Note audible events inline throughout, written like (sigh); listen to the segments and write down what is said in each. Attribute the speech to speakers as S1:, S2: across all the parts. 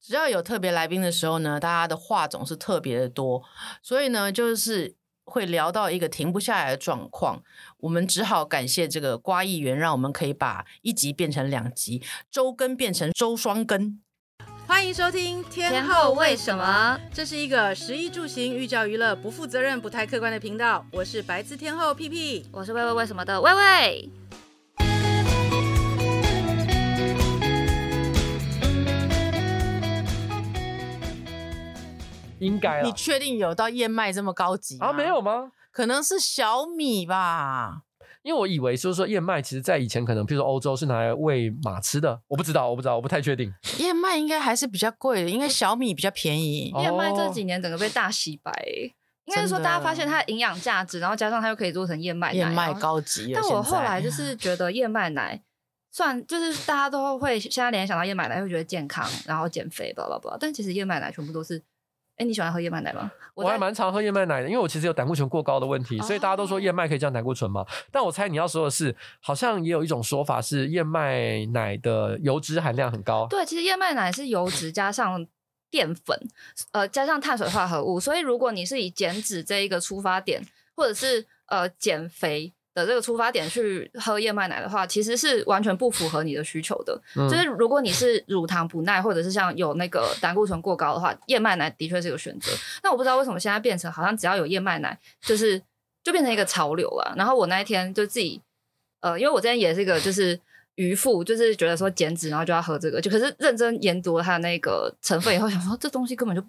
S1: 只要有特别来宾的时候呢，大家的话总是特别的多，所以呢，就是会聊到一个停不下来的状况。我们只好感谢这个瓜议员，让我们可以把一集变成两集，周更变成周双更。欢迎收听《天
S2: 天后为什么？
S1: 这是一个食衣住行、寓教于乐、不负责任、不太客观的频道。我是白字天后屁屁。
S2: 我是魏魏为什么的魏魏。
S3: 应该
S1: 你
S3: 啦。
S1: 确定有到燕麦这么高级
S3: 啊，没有，吗？
S1: 可能是小米吧。
S3: 因为我以为就是说燕麦，其实在以前可能，譬如说欧洲是拿来喂马吃的，我不知道，我不知道，我不太确定。
S1: 燕麦应该还是比较贵的，应该小米比较便宜。
S3: 哦
S2: 燕麦这几年整个被大洗白、欸，应该是说
S1: 真的
S2: 大家发现它的营养价值，然后加上它又可以做成燕麦奶。
S1: 燕麦
S2: 然后
S1: 高级了，
S2: 但我
S1: 现
S2: 后
S1: 在
S2: 来就是觉得燕麦奶，算就是大家都会现在联想到燕麦奶，会觉得健康，然后减肥，叭叭叭。但其实燕麦奶全部都是，哎、你喜欢喝燕麦奶吗？
S3: 我
S2: 在哦
S3: 还蛮常喝燕麦奶的，因为我其实有胆固醇过高的问题，所以大家都说燕麦可以降胆固醇嘛。但我猜你要说的是，好像也有一种说法是燕麦奶的油脂含量很高。
S2: 对，其实燕麦奶是油脂加上淀粉，呃，加上碳水化合物，所以如果你是以减脂这一个出发点，或者是呃减肥的这个出发点去喝燕麦奶的话，其实是完全不符合你的需求的。
S3: 嗯
S2: 就是如果你是乳糖不耐，或者是像有那个胆固醇过高的话，燕麦奶的确是一个选择。那我不知道为什么现在变成好像只要有燕麦奶，就是就变成一个潮流了。然后我那一天就自己，呃，因为我之前也是一个就是渔夫，就是觉得说减脂，然后就要喝这个，就可是认真研读了它的那个成分以后，想说这东西根本就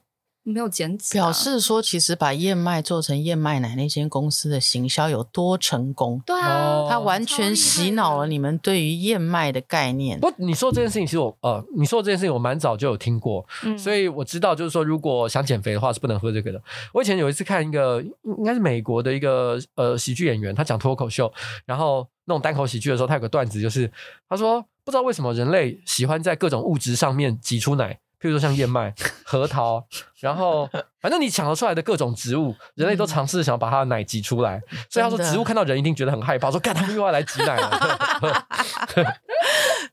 S2: 没有减脂、
S1: (laughs)
S2: 啊，
S1: 表示说，其实把燕麦做成燕麦奶那间公司的行销有多成功，
S2: 对啊，
S3: 哦
S1: 它完全洗脑了你们对于燕麦的概念。
S3: 不，你说这件事情，其实我呃，你说这件事情我蛮早就有听过，
S2: 嗯
S3: 所以我知道，就是说，如果想减肥的话，是不能喝这个的。我以前有一次看一个，应应该是美国的一个呃喜剧演员，他讲脱口秀，然后那种单口喜剧的时候，他有个段子，就是他说不知道为什么人类喜欢在各种物质上面挤出奶。譬如说像燕麦、核桃，然后反正你想得出来的各种植物，人类都尝试想把它的奶挤出来。所以他说，
S1: 真的
S3: 植物看到人一定觉得很害怕，说干他们又要来挤奶
S1: (laughs)
S3: 了。 (laughs)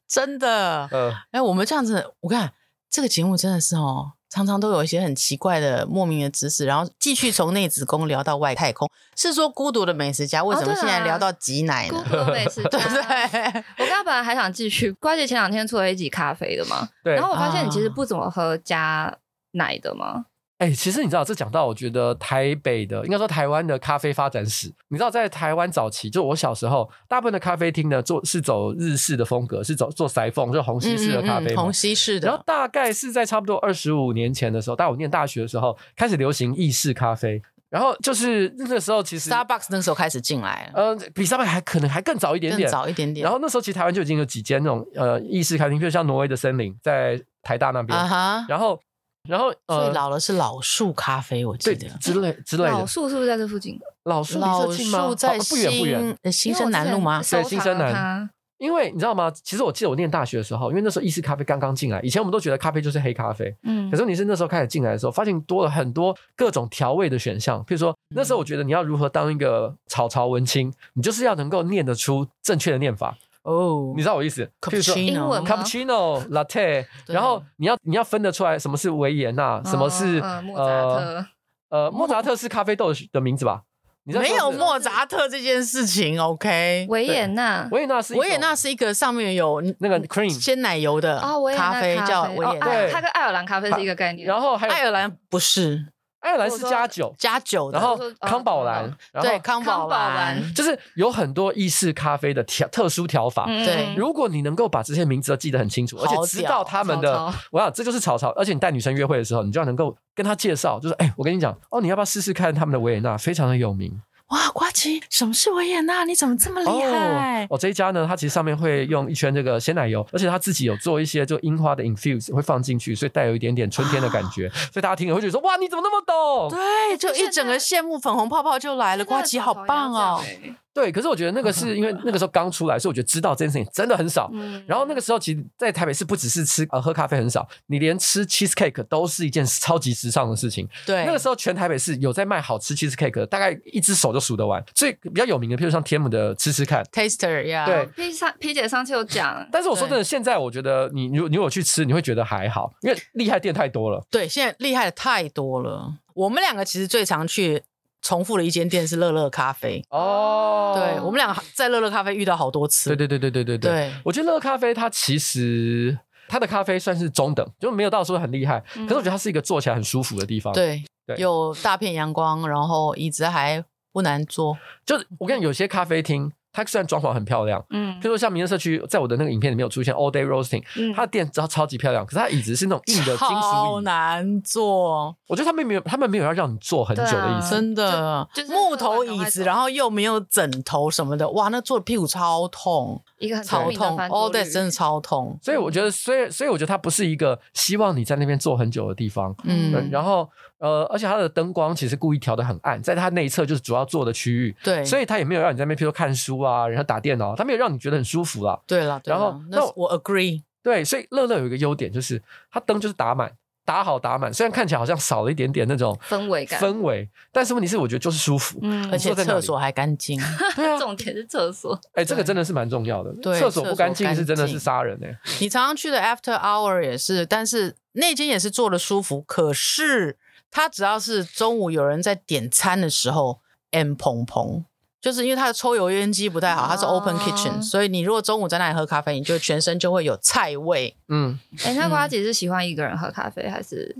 S1: 真的，
S3: 呃，
S1: 哎，我们这样子，我看这个节目真的是哦，常常都有一些很奇怪的、莫名的知识，然后继续从内子宫聊到外太空。是说孤独的美食家为什么
S2: 对啊
S1: 现在聊到挤奶
S2: 孤
S1: 呢？
S2: 独的美
S3: (laughs)
S2: 食
S1: (laughs) 对不
S2: 家
S1: 对？
S2: 啊我刚刚本来还想继续， (laughs) 瓜姐前两天出了一集咖啡的嘛，
S3: 对。
S2: 然后我发现你其实
S1: 啊
S2: 不怎么喝加奶的嘛，
S3: 哎、其实你知道，这讲到我觉得台北的，应该说台湾的咖啡发展史。你知道，在台湾早期，就我小时候，大部分的咖啡厅呢，做是走日式的风格，是走做裁缝，就红西
S1: 嗯
S3: 式的咖啡嘛。
S1: 虹吸式
S3: 然后
S1: 的，
S3: 大概是在差不多二十五年前的时候，大概我念大学的时候，开始流行意式咖啡。然后就是那个时候，其实
S1: Starbucks 那时候开始进来了，
S3: 呃，比上面还可能还更早一点
S1: 更
S3: 点，
S1: 早一点点。
S3: 然后那时候其实台湾就已经有几间那种呃意式咖啡厅，就像挪威的森林在台大那边。
S1: 啊哈，
S3: 然后，然后
S1: 最
S3: 呃，
S1: 老的是老树咖啡，我记
S3: 对
S1: 得。
S3: 之类之类的
S2: 老，树是不是在这附近？
S3: 老树离
S1: 老
S3: 这近吗？
S1: 树在
S3: 哦不
S1: 新
S3: 远不远。
S1: 呃新生南路吗？
S3: 对新生南因为你知道吗？其实我记得我念大学的时候，因为那时候意式咖啡刚刚进来，以前我们都觉得咖啡就是黑咖啡，
S2: 嗯
S3: 可是你是那时候开始进来的时候，发现多了很多各种调味的选项。譬如说，那
S1: 嗯
S3: 时候我觉得你要如何当一个草草文青，你就是要能够念得出正确的念法，
S1: 哦
S3: 你知道我意思？譬如说。
S1: ，cappuccino
S2: 英文吗
S1: (laughs)
S3: cappuccino latte，
S1: 对
S3: 然后你要你要分得出来什么是维也纳，什么是
S2: 呃
S1: 嗯
S2: 莫扎特？
S3: 呃莫扎特是咖啡豆的的名字吧？你知道
S1: 没有
S3: 是
S1: 莫扎特这件事情，OK？
S2: 维也纳？
S3: 维也纳是一
S1: 维也
S3: 种
S1: 纳是一个上面有嗯
S3: 那个 cream
S1: 鲜奶油的
S2: 哦，维也纳
S1: 咖啡叫维也
S2: 哦爱
S1: 纳，
S3: 对
S2: 它跟爱尔兰咖啡是一个概念。
S3: 然后还有
S1: 爱尔兰不是
S3: 爱尔兰是加酒，
S1: 加酒的，
S3: 然后
S2: 我说哦
S3: 康宝
S2: 康
S3: 蓝，然
S1: 嗯
S3: 后
S1: 对康宝
S2: 康宝
S1: 蓝
S2: 蓝，
S3: 就是有很多意式咖啡的调特殊调法。
S2: 嗯
S1: 对
S3: 如果你能够把这些名字都记得很清楚，
S1: 好
S3: 而且知道他们
S2: 屌
S3: 的
S2: 草草，
S3: 我想这就是草草。而且你带女生约会的时候，你就要能够跟她介绍，就是哎、我跟你讲哦，你要不要试试看他们的维也纳，非常的有名
S1: 哇，瓜奇，什么是维也纳？你怎么这么厉
S3: 哦
S1: 害。？
S3: 哦，这一家呢，它其实上面会用一圈这个鲜奶油，而且它自己有做一些就樱花的 infuse 会放进去，所以带有一点点春天的感
S1: (laughs)
S3: 觉。所以大家听了会觉得说哇，
S1: 哦
S3: 你怎么那么懂？
S1: 对，就一整个羡慕粉红泡泡就来了，
S2: 那
S1: 瓜奇好棒哦！
S2: 那个草草也要这样欸
S3: 对，可是我觉得那个是 (laughs) 因为那个时候刚出来，所以我觉得知道这件事情真的很少。
S2: 嗯
S3: 然后那个时候，其实，在台北市不只是吃呃喝咖啡很少，你连吃 cheese cake 都是一件超级时尚的事情。
S1: 对，
S3: 那个时候，全台北市有在卖好吃 cheese cake，的大概一只手就数得完。最比较有名的，譬如像天母的吃吃看。
S1: taster 呀、
S3: 对
S2: P 上 P 姐上次有讲，
S3: 但是我说真的，现在我觉得你你如你有去吃，你会觉得还好，因为厉害店太多了。
S1: 对，现在厉害的太多了。我们两个其实最常去重复的一间店是乐乐咖啡。
S3: 哦
S1: 对，我们两个在乐乐咖啡遇到好多次。
S3: 对对对对对对对。
S1: 对
S3: 我觉得乐咖啡它其实它的咖啡算是中等，就没有到说很厉害，
S2: 嗯
S3: 可是我觉得它是一个坐起来很舒服的地方。，
S1: 对
S3: 对
S1: 有大片阳光，然后椅子还不难坐。
S3: 就是我跟你讲有些咖啡厅，它虽然装潢很漂亮，
S2: 嗯
S3: 譬如说像民生社区，在我的那个影片里面有出现 All Day Roasting，
S2: 嗯
S3: 它的店超超级漂亮，可是它椅子是那种硬的金
S1: 超
S3: 属椅，
S1: 难坐，
S3: 我觉得他们没有他们没有要让你坐很久的意
S2: 嗯
S3: 思。
S1: 真的，
S2: 就就是
S1: 木头椅
S2: 赶快
S1: 子，
S2: 走
S1: 然后又没有枕头什么的，哇，那坐的屁股超痛，
S2: 一个很聪
S1: 超
S2: 明的
S1: 痛
S2: 翻
S1: 哦，
S2: 桌
S1: 对，
S2: 率
S1: 真的超痛，
S3: 所以我觉得，虽然所以我觉得它不是一个希望你在那边坐很久的地方，
S1: 嗯，
S3: 然后呃，而且它的灯光其实故意调的很暗，在它那一侧就是主要坐的区域，
S1: 对，
S3: 所以它也没有让你在那边，譬如说看书啊，然后打电脑，它没有让你觉得很舒服啦。
S1: 对了，对
S3: 然后
S1: 了
S3: 那
S1: 那是我 agree，
S3: 对，所以乐乐有一个优点就是它灯就是打满，打好打满，虽然看起来好像少了一点点那种
S2: 氛围感
S3: 氛围，但是问题是我觉得就是舒服。
S2: 嗯
S1: 而且
S3: 坐在哪里
S1: 厕所还干净，
S3: (laughs)
S1: (laughs)
S3: 对啊，
S2: 重点是厕所，
S3: 哎，这个
S1: 对
S3: 真的是蛮重要的。
S1: 对
S3: 厕所不干净
S1: 厕所干
S3: 是真的是
S1: 净
S3: 杀人哎、
S1: 你常常去的 After Hour 也是，但是那间也是做的舒服，可是它只要是中午有人在点餐的时候，M 蓬蓬。就是因为它的抽油烟机不太好，它是
S3: 啊
S1: open
S2: 哦
S1: kitchen，、所以你如果中午在那里喝咖啡，你就全身就会有菜味。
S3: 嗯，
S2: 哎，那瓜姐是喜欢一个人喝咖啡，还是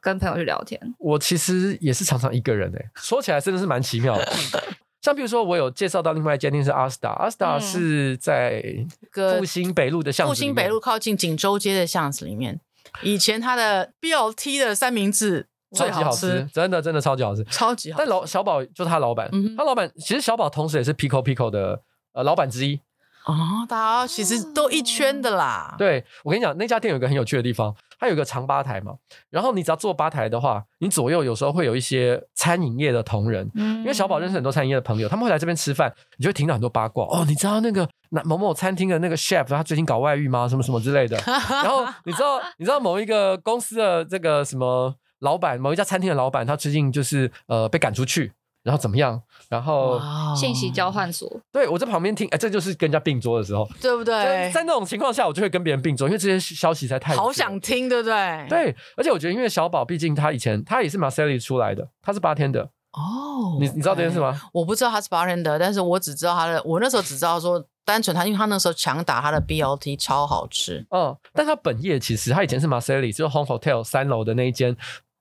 S2: 跟朋友去聊天？
S3: 我其实也是常常一个人哎、说起来真的是蛮奇妙的。像比如说，我有介绍到另外一间店是阿斯达，阿斯达
S2: 嗯
S3: 是在
S1: 个
S3: 复兴北路的巷子
S1: 复
S3: 里面
S1: 兴北路靠近锦州街的巷子里面，以前它的 BLT 的三明治
S3: 超
S1: 最
S3: 级好吃
S1: 吃，，
S3: 真的真的超级好吃。
S1: 超级好
S3: 但。老小宝就是他老板，
S1: 嗯哼
S3: 他老板其实小宝同时也是 Pico Pico 的呃老板之一。
S1: 哦，大家其实都一圈的啦。
S3: 对我跟你讲，那家店有一个很有趣的地方，它有一个长吧台嘛，然后你只要坐吧台的话，你左右有时候会有一些餐饮业的同仁。
S2: 嗯
S3: 因为小宝认识很多餐饮业的朋友，他们会来这边吃饭，你就会听到很多八卦哦。你知道那个哪某某餐厅的那个 chef 他最近搞外遇吗？什么什么之类的。然后你知道你知道某一个公司的这个什么老板，某一家餐厅的老板，他最近就是呃被赶出去，然后怎么样？然后
S1: 哇哦
S2: 信息交换所，
S3: 对我在旁边听，哎、这就是跟人家并桌的时候。
S1: 对不
S3: 在
S1: 对？
S3: 在那种情况下，我就会跟别人并桌，因为这些消息实在太
S1: 好
S3: 有趣了
S1: 想听，对不对？
S3: 对，而且我觉得，因为小宝毕竟他以前他也是马塞利出来的，他是八天的，
S1: 哦，
S3: 你你知道这件事？吗？
S1: 我不知道他是 bartender，但是我只知道他的，我那时候只知道说，单纯他，因为他那时候强打他的 BLT 超好吃，
S3: 嗯，但他本业其实他以前
S1: 嗯
S3: 是马塞利，就是 Home Hotel 三楼的那一间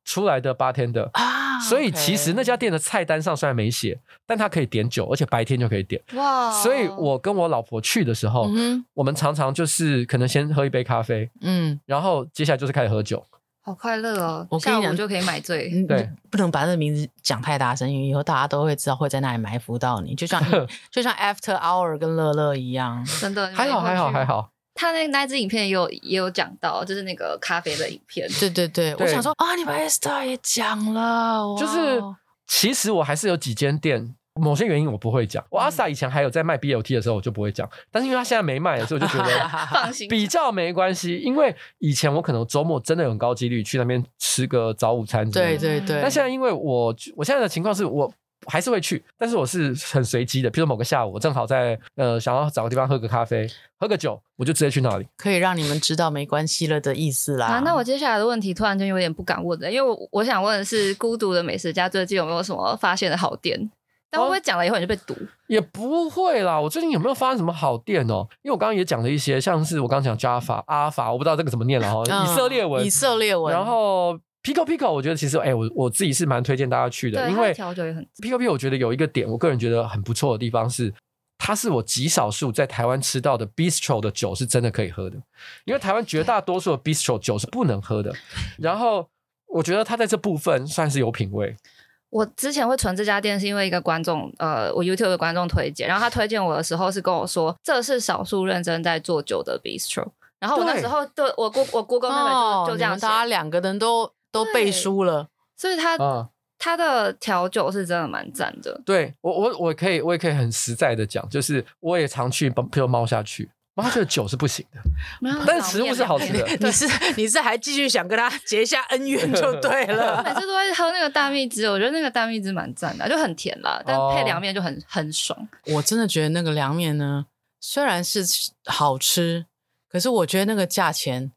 S3: 出来的八天的。
S1: 啊
S3: 所以其实那
S1: OK
S3: 家店的菜单上虽然没写，但他可以点酒，而且白天就可以点。
S2: 哇
S3: 所以我跟我老婆去的时候
S1: 哦嗯，哼
S3: 我们常常就是可能先喝一杯咖啡，
S1: 嗯，
S3: 然后接下来就是开始喝酒。
S2: 好快乐哦，
S1: 我跟你
S2: 下午
S1: 讲
S2: 就可以买醉。
S1: 你
S3: 对
S1: 不能把这个名字讲太大声，因为以后大家都会知道会在那里埋伏到你，就
S3: (laughs)
S1: 像就像 After Hour 跟乐乐一样。
S2: 真的
S3: 还好，还好，还。
S2: 你们以后去
S3: 好。
S2: 他那那支影片也有也有讲到，就是那个咖啡的影片。
S1: 对对对，
S3: 对
S1: 我想说啊，你把 S t a r 也讲了，哇
S3: 就是其实我还是有几间店，某些原因我不会讲。
S1: 嗯
S3: 我阿萨以前还有在卖 BLT 的时候，我就不会讲，但是因为他现在没卖了，所以我就觉得
S2: 放心，
S3: 比较没关系。因为以前我可能周末真的有很高几率去那边吃个早午餐之
S1: 对
S3: 类的，
S2: 嗯
S1: 对对，
S3: 但现在因为我我现在的情况是我。还是会去，但是我是很随机的。譬如某个下午，我正好在呃想要找个地方喝个咖啡、喝个酒，我就直接去那里。
S1: 可以让你们知道没关系了的意思啦。
S2: 啊，那我接下来的问题突然间有点不敢问了，因为我我想问的是，孤独的美食家最近有没有什么发现的好店？但会
S3: 哦
S2: 不会讲了以后你就被毒？
S3: 也不会啦，我最近有没有发生什么好店哦？因为我刚刚也讲了一些，像是我刚刚讲 Jaffa、阿法，我不知道这个怎么念了哈，
S1: 嗯
S3: 以色列文
S1: 以，色列文，
S3: 然后 Pico Pico，我觉得其实哎、我我自己是蛮推荐大家去的，
S2: 对，
S3: 因
S2: 它的
S3: 为
S2: 调酒也很
S3: Pico Pico 我觉得有一个点，我个人觉得很不错的地方是。它是我极少数在台湾吃到的 bistro 的酒是真的可以喝的，因为台湾绝大多数的 bistro 酒是不能喝的。然后我觉得它在这部分算是有品味，
S2: 我之前会存这家店，是因为一个观众，呃，我 YouTube 的观众推荐，然后他推荐我的时候是跟我说，这是少数认真在做酒的 bistro。然后我那
S3: 对
S2: 时候对我 Go 我 Google 那个就、
S1: 哦，
S2: 就这
S1: 你
S2: 样
S1: 们
S2: 写，
S1: 大家两个人都都背
S2: 对
S1: 书了，
S2: 所以他
S3: 嗯，
S2: 它的调酒是真的蛮赞的。
S3: 对我我我可以我也可以很实在的讲，就是我也常去帮朋友猫下去，猫下去的酒是不行的，但食物是好吃的。
S2: (laughs)
S1: 你是你是还继续想跟他结下恩怨就对
S2: 我每 (laughs)
S1: 了。 (laughs)
S2: 次都会喝那个大蜜汁，我觉得那个大蜜汁蛮赞的，就很甜啦，但
S3: 哦
S2: 配凉面就很很爽。
S1: 我真的觉得那个凉面呢，虽然是好吃，可是我觉得那个价钱，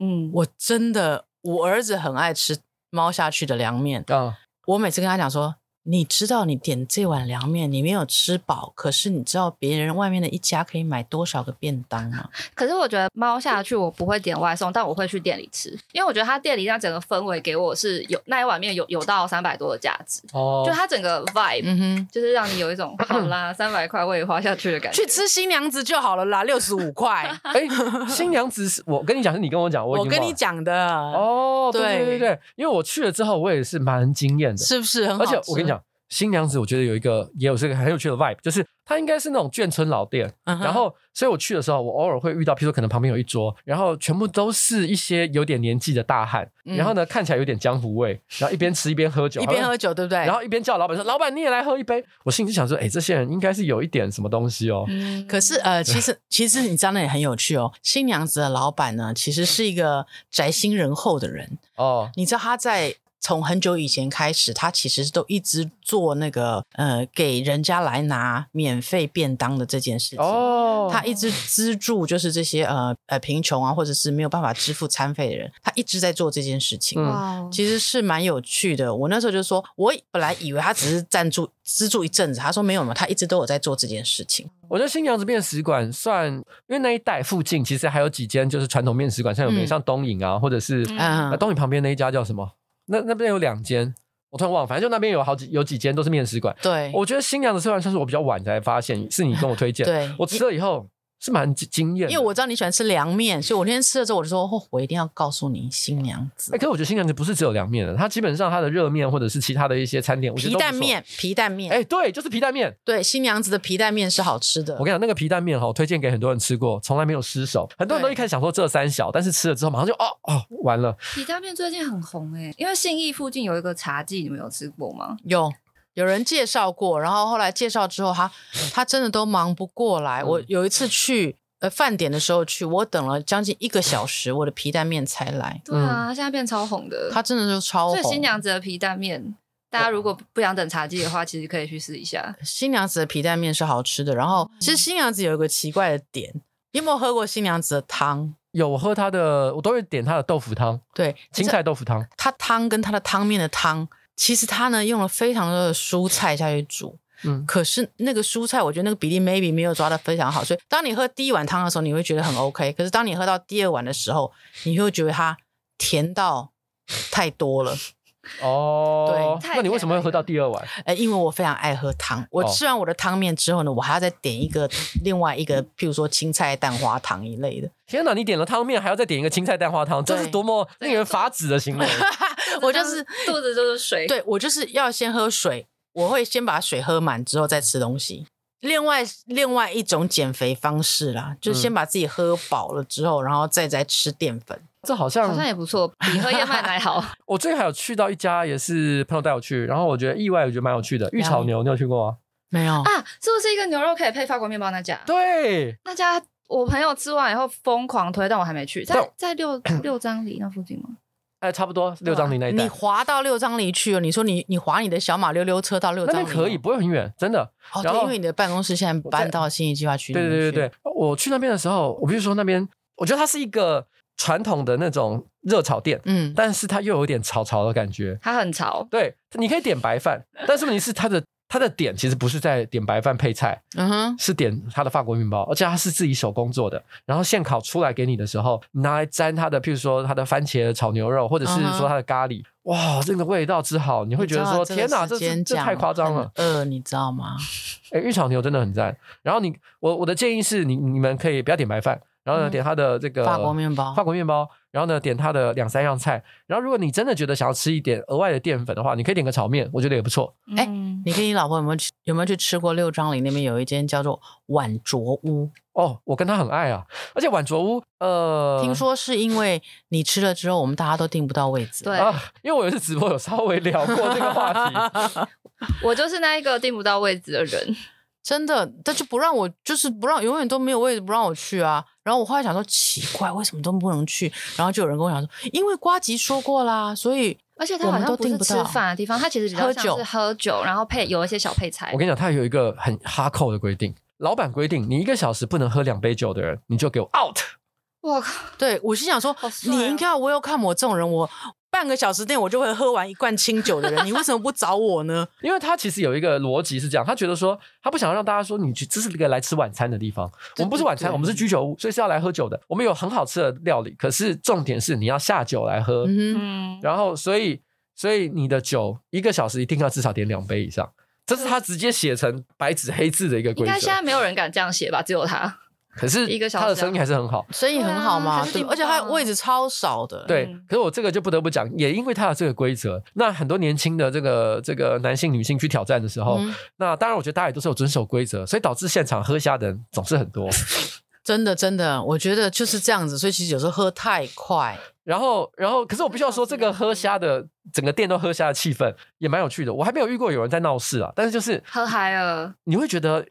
S2: 嗯，
S1: 我真的我儿子很爱吃猫下去的凉面， (laughs)
S3: 啊、
S1: 我每次跟他讲说，你知道你点这碗凉面你没有吃饱，可是你知道别人外面的一家可以买多少个便当吗？
S2: 可是我觉得猫下去我不会点外送，但我会去店里吃，因为我觉得它店里那整个氛围给我是有那一碗面有有到三百多的价值，
S3: 哦，
S2: 就它整个 vibe、
S1: 嗯哼。
S2: 就是让你有一种好
S1: (clears throat)
S2: 啦，三百块我也花下去的感
S1: (laughs)
S2: 觉
S1: 去。吃新娘子就好了啦，六十五块。
S3: 哎、新娘子是我跟你讲，是你跟我讲， (laughs) 我已
S1: 我
S3: 经
S1: 跟
S3: 忘
S1: 你
S3: 了
S1: 讲的，
S3: 哦，对对对
S1: 对
S3: 对，因为我去了之后，我也是蛮惊艳的，
S1: 是不是很好
S3: 而
S1: 吃？
S3: 且我跟你，讲，新娘子我觉得有一个也有这个很有趣的 vibe，就是它应该是那种眷村老店，
S1: 嗯哼
S3: 然后所以我去的时候，我偶尔会遇到，譬如说可能旁边有一桌，然后全部都是一些有点年纪的大汉，
S1: 嗯
S3: 然后呢看起来有点江湖味，然后一边吃一边喝酒，
S1: 一边
S3: 好像
S1: 喝酒，对不对？
S3: 然后一边叫老板说：“老板，你也来喝一杯。”我心里就想说：“哎、这些人应该是有一点什么东西哦。
S2: 嗯
S1: 可是呃，其
S3: (laughs)
S1: 实其实你知道那也很有趣哦。新娘子的老板呢，其实是一个宅心仁厚的人。
S3: 哦，
S1: 你知道他在从很久以前开始，他其实都一直做那个呃，给人家来拿免费便当的这件事情。
S3: 哦，
S1: 他一直资助就是这些呃呃贫穷啊，或者是没有办法支付餐费的人，他一直在做这件事情。
S3: 嗯
S2: 哇，
S1: 其实是蛮有趣的。我那时候就说，我本来以为他只是赞助资助一阵子，他说没有嘛，他一直都有在做这件事情。
S3: 我觉得新娘子面食馆算，因为那一带附近其实还有几间就是传统面食馆，像有名、
S1: 嗯
S3: 像东影啊，或者是、
S2: 嗯
S3: 呃
S1: 嗯，
S3: 东影旁边那一家叫什么？那那边有两间，我突然忘了，反正就那边有好几有几间都是面食馆。
S1: 对，
S3: 我觉得新娘子吃完算是我比较晚才发现，是你跟我推荐，
S1: 对
S3: (laughs) 我吃了以后是蛮惊惊艳的，
S1: 因为我知道你喜欢吃凉面，所以我那天吃了之后，我就说，哦，我一定要告诉你新娘
S3: 哎、
S1: 子。
S3: 可是我觉得新娘子不是只有凉面的，它基本上它的热面或者是其他的一些餐点，我觉得
S1: 皮
S3: 都不错
S1: 蛋，面，皮蛋面，
S3: 哎、对，就是皮蛋面。
S1: 对，新娘子的皮蛋面是好吃的
S3: 我。跟你讲，那个皮蛋面哈，我推荐给很多人吃过，从来没有失手。很多人都
S1: 对
S3: 一开始想说这三小，但是吃了之后马上就哦哦完了，
S2: 皮蛋面最近很红哎、因为信义附近有一个茶记，你们有吃过吗？
S1: 有有人介绍过，然后后来介绍之后，
S3: (laughs)
S1: 他他真的都忙不过来。
S3: 嗯
S1: 我有一次去呃饭点的时候去，我等了将近一个小时，我的皮蛋面才来。
S2: 对啊，它现在变超红的。
S1: 他真的就嗯超
S2: 所以
S1: 红。
S2: 新娘子的皮蛋面，大家如果不想等茶记的话，其实可以去试一下。
S1: 新娘子的皮蛋面是好吃的，然后其
S2: 嗯
S1: 实新娘子有一个奇怪的点，你有没有喝过新娘子的汤？
S3: 有我喝它的，我都会点它的豆腐汤，
S1: 对，
S3: 青菜豆腐汤。
S1: 它汤跟它的汤面的汤，其实它呢用了非常多的蔬菜下去煮，
S3: 嗯，
S1: 可是那个蔬菜我觉得那个比例 maybe 没有抓的非常好，所以当你喝第一碗汤的时候，你会觉得很 OK，可是当你喝到第二碗的时候，你会觉得它甜到太多了。 (laughs)
S3: 哦，
S2: 对
S3: 那你为什么会喝到第二碗？
S1: 呃，因为我非常爱喝汤，我
S3: 哦
S1: 吃完我的汤面之后呢，我还要再点一个另外一个，譬如说青菜蛋花汤一类的。
S3: 天哪，你点了汤面，还要再点一个青菜蛋花汤，这
S1: 对
S3: 是多么令人发指的行为！
S1: (laughs) 我就是
S2: 肚子就是水，
S1: 对我就是要先喝水，我会先把水喝满之后再吃东西。另外另外一种减肥方式啦，就是先把自己喝饱了之后，然后再再吃淀粉。
S3: (laughs) 这
S1: 嗯
S3: 好
S2: 好像
S3: 像
S2: 也不错，比喝燕麦奶好。
S3: 我最近还有去到一家，也是朋友带我去，然后我觉得意外，我觉得蛮有趣的，玉炒牛，你有去过吗？
S1: 没有，
S2: 啊，是不是一个牛肉可以配法国面包那家？
S3: 对，
S2: 那家我朋友吃完以后疯狂推，但我还没去，
S3: 但
S2: 在
S3: 我
S2: 在 (clears throat) 六六张里那附近吗？
S3: 哎，差不多六张里那一带
S1: 你，滑到六张犁去了。你说你你滑你的小马溜溜车到六
S3: 那
S1: 张犁
S3: 边
S1: 吗，
S3: 可以，不会很远，真的。
S1: 哦，
S3: 然
S1: 对，
S3: 后
S1: 因为你的办公室现在
S3: 我在
S1: 搬到新义计划区里
S3: 对
S1: 面去。
S3: 对对对，我去那边的时候，我必须说那边，我觉得它是一个传统的那种热炒店，
S1: 嗯，
S3: 但是它又有点潮潮的感觉。
S2: 它很潮，
S3: 对，你可以点白饭，但是问题是它的它的点其实不是在点白饭配菜，
S1: 嗯哼，
S3: 是点它的法国面包，而且它是自己手工做的，然后现烤出来给你的时候，你拿来沾它的，譬如说它的番茄炒牛肉，或者是
S1: 嗯哼
S3: 说它的咖喱，哇，这个味道之好，你会觉得说天哪，这这这太夸张了。
S1: 呃，你知道吗？
S3: 哎，玉炒牛真的很赞。然后你，我我的建议是你你们可以不要点白饭，然后呢
S1: 嗯
S3: 点他的这个
S1: 法国面包
S3: 法国面包，然后呢点他的两三样菜。然后如果你真的觉得想要吃一点额外的淀粉的话，你可以点个炒面，我觉得也不错。
S1: 哎
S2: 嗯
S1: 你跟你老婆有没有去有没有去吃过六张里那边有一间叫做碗卓屋？
S3: 哦，我跟他很爱啊，而且晚卓屋，呃，
S1: 听说是因为你吃了之后，我们大家都订不到位置。
S2: 对
S3: 啊，因为我有一次直播有稍微聊过这个话题，
S2: (laughs) 我就是那一个订不到位置的人，
S1: 真的，他就不让我，就是不让，永远都没有位置不让我去啊。然后我后来想说，奇怪，为什么都不能去？然后就有人跟我讲说，因为瓜吉说过啦，所以
S2: (laughs) 而且它
S1: 我
S2: 好
S1: 们
S2: 像
S1: 都
S2: 不是
S1: 订不
S2: 吃
S1: 到。
S2: 饭的地方，它其实比较
S1: 喝
S2: 像
S1: 酒
S2: 是喝酒，然后配有一些小配菜
S3: 我。跟你讲，他有一个很哈扣的规定，老板规定你一个小时不能喝两杯酒的人，你就给我 out。
S2: 我靠，
S1: 对我心想说，
S2: 好帅哦
S1: 你应该要 welcome 我这种人，我半个小时内我就会喝完一罐清酒的人，你为什么不找我呢？
S3: 因为他其实有一个逻辑是这样，他觉得说他不想让大家说你去，这是一个来吃晚餐的地方，我
S1: 对
S3: 们不是晚餐，
S1: 对
S3: 我们是居酒屋，所以是要来喝酒的。我们有很好吃的料理，可是重点是你要下酒来喝，
S1: 嗯哼，
S2: (laughs) 嗯，
S3: 然后所以所以你的酒一个小时一定要至少点两杯以上，这是他直接写成白纸黑字的一个
S2: 应
S3: 规
S2: 该现
S3: 则。
S2: 在没有人敢这样写吧？只有他。
S3: 可是
S2: 一个小时啊
S3: 他的生意还是很好。
S1: 生意很好嘛，
S2: 对啊可是
S1: 对
S2: 订
S1: 吧，
S2: 不
S1: 而且他
S2: 到啊
S1: 位置超少的。
S3: 对
S2: 嗯，
S3: 可是我这个就不得不讲，也因为他有这个规则，那很多年轻的这个这个男性、女性去挑战的时候，
S1: 嗯
S3: 那当然我觉得大家也都是有遵守规则，所以导致现场喝虾的人总是很
S1: (laughs)
S3: 多。
S1: 真的真的，我觉得就是这样子，所以其实有时候喝太快，
S3: 然后，然后，可是我必须要说，这个
S1: 嗯
S3: 喝虾的整个店都喝虾的气氛也蛮有趣的。我还没有遇过有人在闹事啊，但是就是
S2: 喝嗨了，
S3: 你会觉得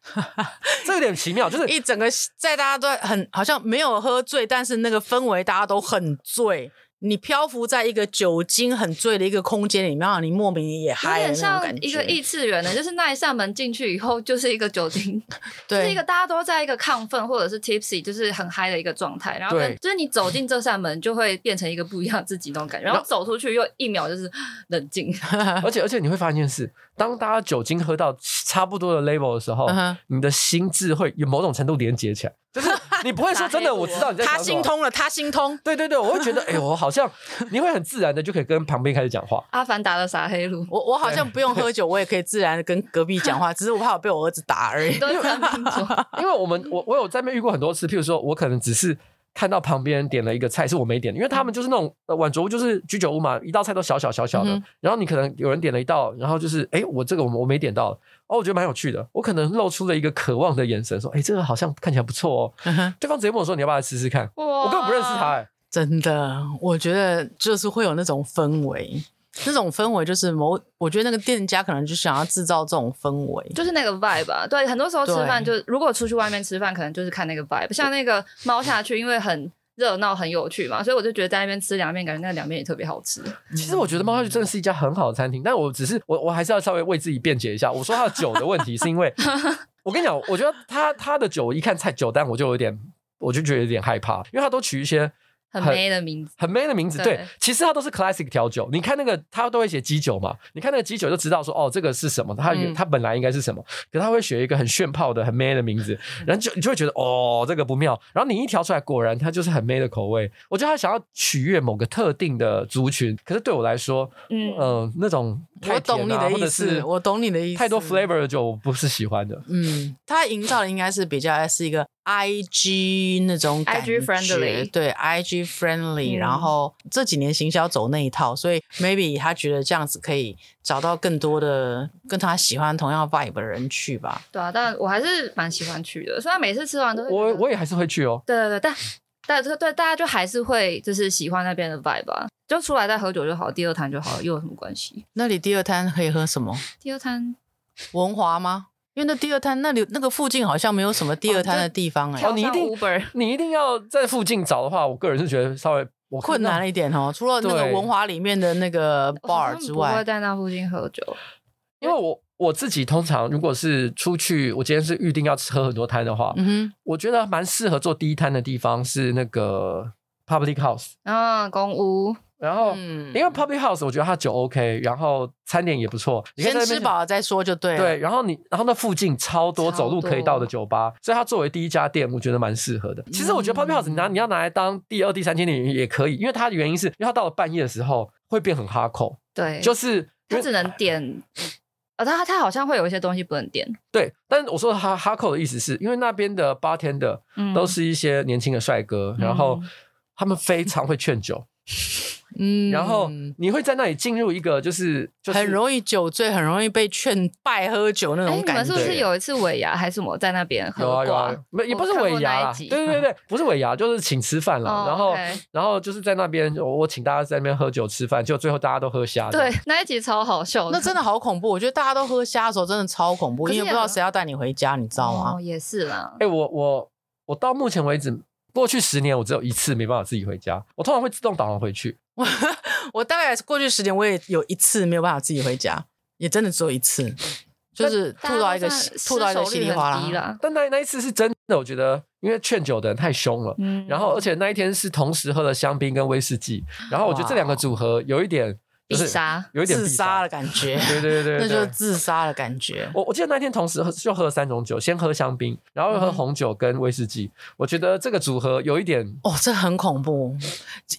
S3: 这有点奇
S1: (laughs)
S3: 妙，就是
S1: 一整个在大家都在很好像没有喝醉，但是那个氛围大家都很醉，你漂浮在一个酒精很醉的一个空间里面，让你莫名也
S2: 有
S1: 嗨
S2: 点
S1: 的那种
S2: 像
S1: 感觉。
S2: 一个异次元的，就是那一扇门进去以后就是一个酒精，就是
S1: 对
S2: 一个大家都在一个亢奋或者是 tipsy，就是很嗨的一个状态。然后
S3: 对
S2: 就是你走进这扇门，就会变成一个不一样的自己那种感
S3: (laughs)
S2: 觉。然后走出去又一秒就是冷静， (laughs)
S3: 而且而且你会发现一件事，当大家酒精喝到差不多的 level 的时候
S1: 嗯哼
S3: 你的心智会有某种程度连接起来，就是你不
S1: (laughs)
S3: 会说真的，
S2: 打黑
S3: 我
S2: 我
S3: 知道你在
S1: 他
S3: 想什
S1: 心
S3: 么。
S1: 通了，他心通。
S3: 对对对，我会觉得，哎呦，我好像你会很自然的就可以跟旁边开始讲话。
S2: 《阿凡达》的撒黑路，
S1: 我我好像不用喝酒，我也可以自然地跟隔壁讲话，只是我怕我被我儿子打而已。
S2: (laughs) 都是三分钟。
S3: 因为我们我我有在那边遇过很多次，譬如说我可能只是看到旁边人点了一个菜是我没点的，因为他们就是那种呃晚酌屋就是居酒屋嘛，一道菜都小小小小的，
S1: 嗯
S3: 然后你可能有人点了一道，然后就是哎我这个我我没点到，哦我觉得蛮有趣的，我可能露出了一个渴望的眼神，说哎这个好像看起来不错哦，
S1: 嗯哼
S3: 对方直接问我说你要不要来试试看，
S2: 我
S3: (laughs) 我根本不认识他、哎，
S1: 真的，我觉得就是会有那种氛围，那种氛围就是某，我觉得那个店家可能就想要制造这种氛围。
S2: 就是那个 vibe 吧、对，很多时候吃饭就如果出去外面吃饭，可能就是看那个 vibe。像那个猫下去，因为很热闹、很有趣嘛，所以我就觉得在那边吃凉面，感觉那个凉面也特别好吃。
S3: 其实我觉得猫下去真的是一家很好的餐厅，但我只是我我还是要稍微为自己辩解一下。我说它的酒的问题，是因为我跟你讲，我觉得它它的酒，我一看菜酒单我就有点，我就觉得有点害怕，因为它都取一些
S2: 很
S3: 很
S2: m 的名字，
S3: 很 man 的名字。对
S2: 对，
S3: 其实它都是 classic 调酒。你看那个，它都会写基酒嘛，你看那个基酒就知道说，哦，这个是什么，它原
S1: 嗯
S3: 它本来应该是什么，可是它会选一个很炫炮的、很 man 的名字，然后就你就会觉得哦，这个不妙。然后你一调出来，果然它就是很 man 的口味。我觉得它想要取悦某个特定的族群，可是对我来说，
S2: 嗯，
S3: 嗯，那种太
S1: 我懂
S3: 甜
S1: 你
S3: 啊
S1: 的
S3: 或者
S1: 意思，
S3: 是
S1: 我懂你的意思。
S3: 太多 flavor 的酒我不是喜欢的。
S1: 嗯，他营造的应该是比较是一个 I G 那种感觉
S2: IG friendly
S1: 对 I G friendly、
S2: 嗯
S1: 然后这几年行销走那一套，所以 maybe 他觉得这样子可以找到更多的跟他喜欢同样 vibe 的人去吧。
S2: 对啊，但我还是蛮喜欢去的，虽然每次吃完都会
S3: 我
S2: 觉得
S3: 我也还是会去哦。
S2: 对对对，但但对对，大家就还是会就是喜欢那边的 vibe 吧、就出来再喝酒就好，第二摊就好，又有什么关系？
S1: 那里第二摊可以喝什么？
S2: 第二摊
S1: 文华吗？因为那第二摊那里那个附近好像没有什么第二摊的地方哎、
S3: 哦你一定
S1: (laughs)
S2: Uber
S3: 你一定要在附近找的话，我个人是觉得稍微我看
S1: 困
S3: 到
S1: 难了一点哦。除了那个
S3: 对
S1: 文华里面的那个 bar 之
S2: 我好像不
S1: 外
S2: 会，在那附近喝酒。
S3: 因为我我自己通常如果是出去，我今天是预定要吃喝很多摊的话，
S1: 嗯
S3: 我觉得蛮适合做第一摊的地方是那个 public house，
S2: 嗯，公屋
S3: 然
S1: 哼
S3: 后。
S1: 嗯
S3: 因为 public house，我觉得它酒 OK，然后餐点也不错，你可以
S1: 先
S3: 在那
S1: 吃
S3: 边
S1: 饱了再说就对了。
S3: 对，然后你，然后那附近超多
S2: 啊超
S3: 走路可以
S2: 多
S3: 到的酒吧，所以它作为第一家店，我觉得蛮适合的。其实
S2: 嗯
S3: 我觉得 Poppy House 你拿你要拿来当第二、第三间店也可以，因为它的原因是因为它到了半夜的时候会变很哈口，
S2: 对，
S3: 就是因
S2: 他
S3: 为
S2: 只能点，哦，它它好像会有一些东西不能点，
S3: 对，但是我说哈哈扣的意思是因为那边的 bartender
S2: 嗯，
S3: 都是一些年轻的帅哥，然后
S2: 嗯
S3: 他们非常会劝酒，
S1: 嗯
S3: 然后你会在那里进入一个就是就是
S1: 很容易酒醉，很容易被劝败喝酒那
S2: 哎，
S1: 种
S2: 你
S1: 感
S2: 们是
S1: 觉。
S2: 不是有一次尾牙还是什么在那边喝
S3: 有啊有
S2: 挂？
S3: 啊，没也
S2: 我
S3: 不是
S2: 看过
S3: 尾
S2: 那
S3: 牙
S2: 一
S3: 啦，
S2: 集
S3: 对对对，不是尾牙，就是请吃饭啦。
S1: 啊
S2: 哦
S3: 然后
S2: OK
S3: 然后就是在那边，我我请大家在那边喝酒吃饭，就最后大家都喝瞎。
S2: 对，，那一集超好笑的，
S1: 那真的好恐怖，我觉得大家都喝瞎的时候真的超恐怖，
S2: 可是
S1: 因为不知道谁要带你回家，你知道吗
S2: 哦，？也是啦，
S3: 哎，我我我到目前为止。过去十年，我只有一次没办法自己回家，我通常会自动导航回去。
S1: (laughs) 我大概过去十年，我也有一次没有办法自己回家，也真的只有一次，就是
S2: 大家
S1: 吐到一个
S2: 都算
S1: 稀吐到一个
S2: 失手
S1: 稀
S2: 率
S1: 里
S2: 很
S1: 哗
S2: 低
S1: 啦。
S2: 啦，
S3: 但那那一次是真的，我觉得因为劝酒的人太凶了，
S2: 嗯
S3: 然后而且那一天是同时喝了香槟跟威士忌，然后我觉得这两个组合有一点
S2: 必
S3: 就是
S2: 杀，
S3: 有一点
S1: 自
S3: 必
S1: 杀的。感觉，
S3: 对对对，
S1: (laughs) 那
S3: 对
S1: 就是自杀的感觉。
S3: 我我记得那天同时喝就喝了三种酒，先喝香槟，然后又喝红酒跟威士忌。我觉得这个组合有一点
S1: 哦，这很恐怖，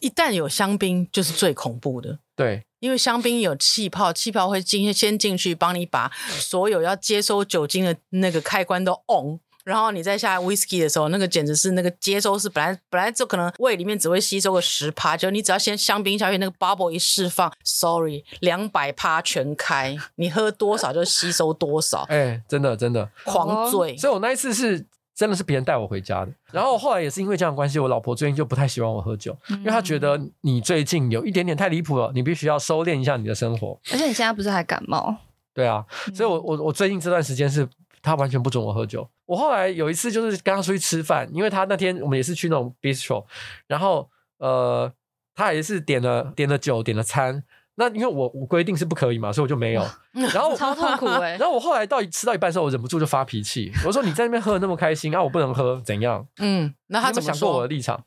S1: 一旦有香槟就是最恐怖的。
S3: 对，
S1: 因为香槟有气泡，气泡会进先进去，帮你把所有要接收酒精的那个开关都 on。然后你再下 whisky 的时候，那个简直是那个接收是本来本来就可能胃里面只会吸收个十趴，就你只要先香槟下去，那个 bubble 一释放，sorry，两百趴全开，你喝多少就吸收多少，
S3: 哎、真的真的。
S1: 狂醉。
S3: 哦所以我那一次是真的是别人带我回家的。然后后来也是因为这样的关系，我老婆最近就不太喜欢我喝酒，
S2: 嗯
S3: 因为她觉得你最近有一点点太离谱了，你必须要收敛一下你的生活。
S2: 而且你现在不是还感冒？
S3: 对啊，所以我我我最近这段时间是他完全不准我喝酒。我后来有一次就是跟他出去吃饭，因为他那天我们也是去那种 bistro，然后呃，他也是点了点了酒，点了餐。那因为我我规定是不可以嘛，所以我就没有。然
S1: 哦
S3: 后
S2: 超痛苦
S1: (laughs)
S2: 哎、
S3: 然后我后来到吃到一半的时候，我忍不住就发脾气，我说你在那边喝的那么开心啊，我不能喝，怎样？
S1: 嗯，那他
S3: 你有
S1: 怎
S3: 没
S1: 么
S3: 有想过我
S1: 说
S3: 的？立场？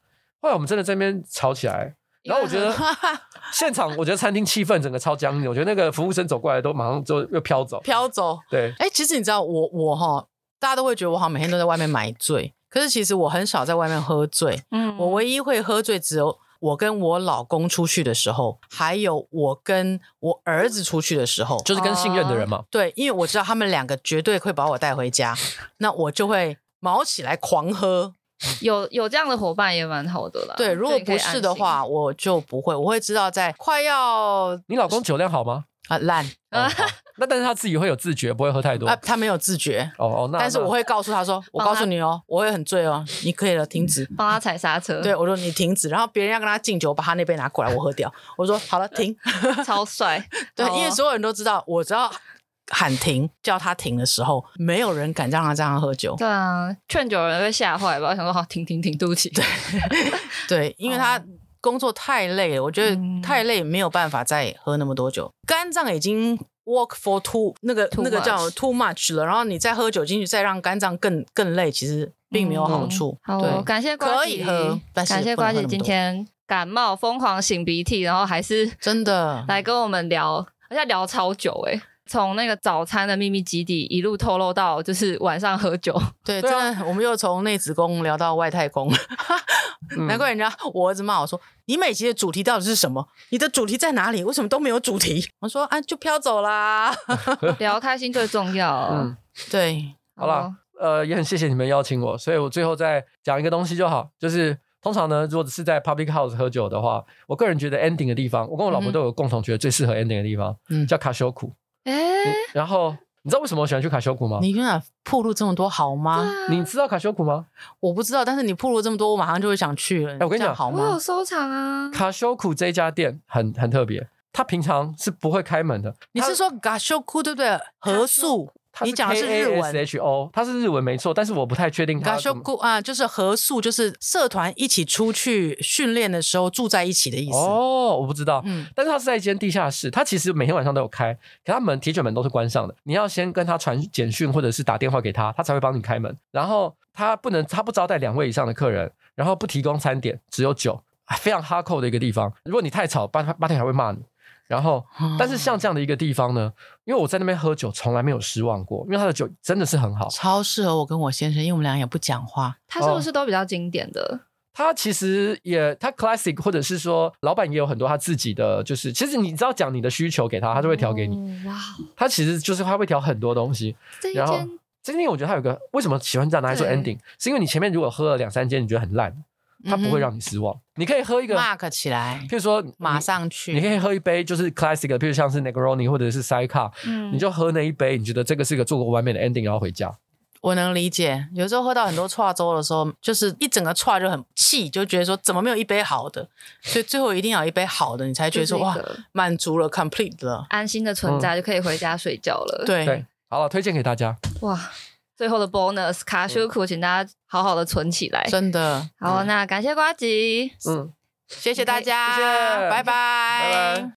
S3: 后来我们真的在那边吵起来，然后我觉得现场，我觉得餐厅气氛整个超僵硬，我觉得那个服务生走过来都马上就又飘走。
S1: (laughs) 飘走。
S3: 对，
S1: 哎、其实你知道我我哈，大家都会觉得我好像每天都在外面买醉，可是其实我很少在外面喝醉。
S2: 嗯
S1: 我唯一会喝醉，只有我跟我老公出去的时候，还有我跟我儿子出去的时候。就
S3: 就是跟信任的人嘛。
S1: 对，因为我知道他们两个绝对会把我带回家，那我就会毛起来狂喝。
S2: 有有这样的伙伴也蛮好的啦。
S1: 对，如果
S2: 就嗯你可
S1: 不
S2: 以安
S1: 是的话，我就不会，我会知道在快要
S3: 你老公酒量好吗？
S1: 啊烂
S3: 哦好那但是他自己会有自觉，不会喝太多。
S1: 啊，
S3: 哦
S1: 他没有自觉。
S3: 哦，那
S1: 但是我会告诉他说：“我
S2: 帮他
S1: 告诉你哦，我会很醉哦，你可以了，停止。”
S2: 心帮他踩刹车，
S1: 对，，我说你停止，然后别人要跟他敬酒，把他那杯拿过来，我喝掉。我说好了，
S2: (laughs)
S1: 停。。
S2: (laughs) 超帅
S1: 对，
S2: 好啊
S1: 因为所有人都知道，我只要喊停，叫他停的时候，没有人敢让他这样喝酒。
S2: 对啊，劝酒的人会吓坏吧？我想说好停停停，对不
S1: (laughs)
S2: 起。对，
S1: 对，因为他工作太累了，我觉得
S2: 哦嗯
S1: 太累没有办法再喝那么多酒，肝脏已经 work for too 那个
S2: Too
S1: 那个叫
S2: much
S1: too much 了，然后你再喝酒进去，再让肝脏更更累，其实并没有好处。
S2: 好哦，
S1: 对，
S2: 感谢瓜
S1: 可
S2: 吉
S1: 以喝但是
S2: 感谢
S1: 不能喝
S2: 瓜
S1: 那
S2: 吉
S1: 么
S2: 今
S1: 多
S2: 天感冒疯狂擤鼻涕，然后还是
S1: 真的。
S2: 来跟我们聊，而且聊超久哎、从那个早餐的秘密基地一路透露到就是晚上喝
S1: (laughs)
S2: 酒，
S1: 对，
S3: 对
S1: 真
S3: 啊
S1: 的，我们又从内子宫聊到外太空，
S3: 嗯
S1: 难怪人家我儿子骂我说：“你每集的主题到底是什么？你的主题在哪里？为什么都没有主题？”我说：“啊，就飘走
S3: (laughs)
S1: 啦。
S2: 聊开心最重要哦。
S3: 嗯，”
S1: 对，
S3: 好啦，呃，也很谢谢你们邀请我，所以我最后再讲一个东西就好，就是。通常呢，如果是在 public house 喝酒的话，我个人觉得 ending 的地方，我跟我老婆都有共同觉得最适合 ending 的地方，
S1: 嗯
S3: 叫卡修库。
S2: 哎、
S3: 然后你知道为什么我喜欢去卡修库吗？
S1: 你跟哪铺路这么多好吗？
S2: 啊
S3: 你知道卡修库吗？
S1: 我不知道，但是你铺路这么多，我马上就会想去了。
S3: 哎我跟你
S1: 这样
S3: 讲
S1: 好
S2: 我有
S1: 吗？
S2: 收藏啊，
S3: 卡修库这一家店很很特别，它平常是不会开门的。
S1: 你是说 gashoku 对不对？合宿，你讲的是日文
S3: H O，它是日文没错，但是我不太确定它怎么
S1: gashoku 啊，就是合宿，就是社团一起出去训练的时候住在一起的意思。
S3: 哦，我不知道。
S1: 嗯，
S3: 但是它是在一间地下室，它其实每天晚上都有开，可它门铁卷门都是关上的。你要先跟他传简讯或者是打电话给他，他才会帮你开门。然后他不能，他不招待两位以上的客人，然后不提供餐点，只有酒，非常哈扣的一个地方。如果你太吵，八八天还会骂你。然后但是像这样的一个地方呢，因为我在那边喝酒从来没有失望过，因为他的酒真的是很好。
S1: 超适合我跟我先生，因为我们俩也不讲话。
S3: 哦
S2: 它是不是都比较经典的？
S3: 他其实也他 classic 或者是说老板也有很多他自己的，就是其实你只要讲你的需求给他，他就会调给你。
S2: 哦哇，
S3: 他其实就是他会调很多东西。
S2: 这一
S3: 然后
S2: 间
S3: 这个电影我觉得他有个为什么喜欢这样拿来做
S2: 对
S3: ending，是因为你前面如果喝了两三间你觉得很烂，他不会让你失望。你可以喝一个，
S1: 嗯 mark 起来
S3: 譬，如说
S1: 马上
S3: 嗯你可
S1: 去。
S3: 以喝一杯就是 classic 的，譬如像是 Negroni 或者是 s i c a
S2: 嗯
S3: 你就喝那一杯，你觉得这个是一个做过完美的 ending，然后回家。
S1: 我能理解，有时候喝到很多串粥的时候，就是一整个串就很气，就觉得说怎么没有一杯好的，所以最后一定要有一杯好的，你才觉得说
S2: 就是一
S1: 哇
S2: 个，
S1: 满足了，complete 了。
S2: 安心的存在，就可以回家睡觉了。，
S1: 对
S3: 嗯对，好了，推荐给大家。
S2: 哇，最后的 bonus 卡修
S3: 嗯
S2: 库，请大家好好的存起来。
S1: 真
S2: 哎
S1: 的，
S2: 好，那感谢瓜吉。
S3: 嗯。
S1: 谢谢大家，
S3: 谢谢
S1: 拜
S3: 拜拜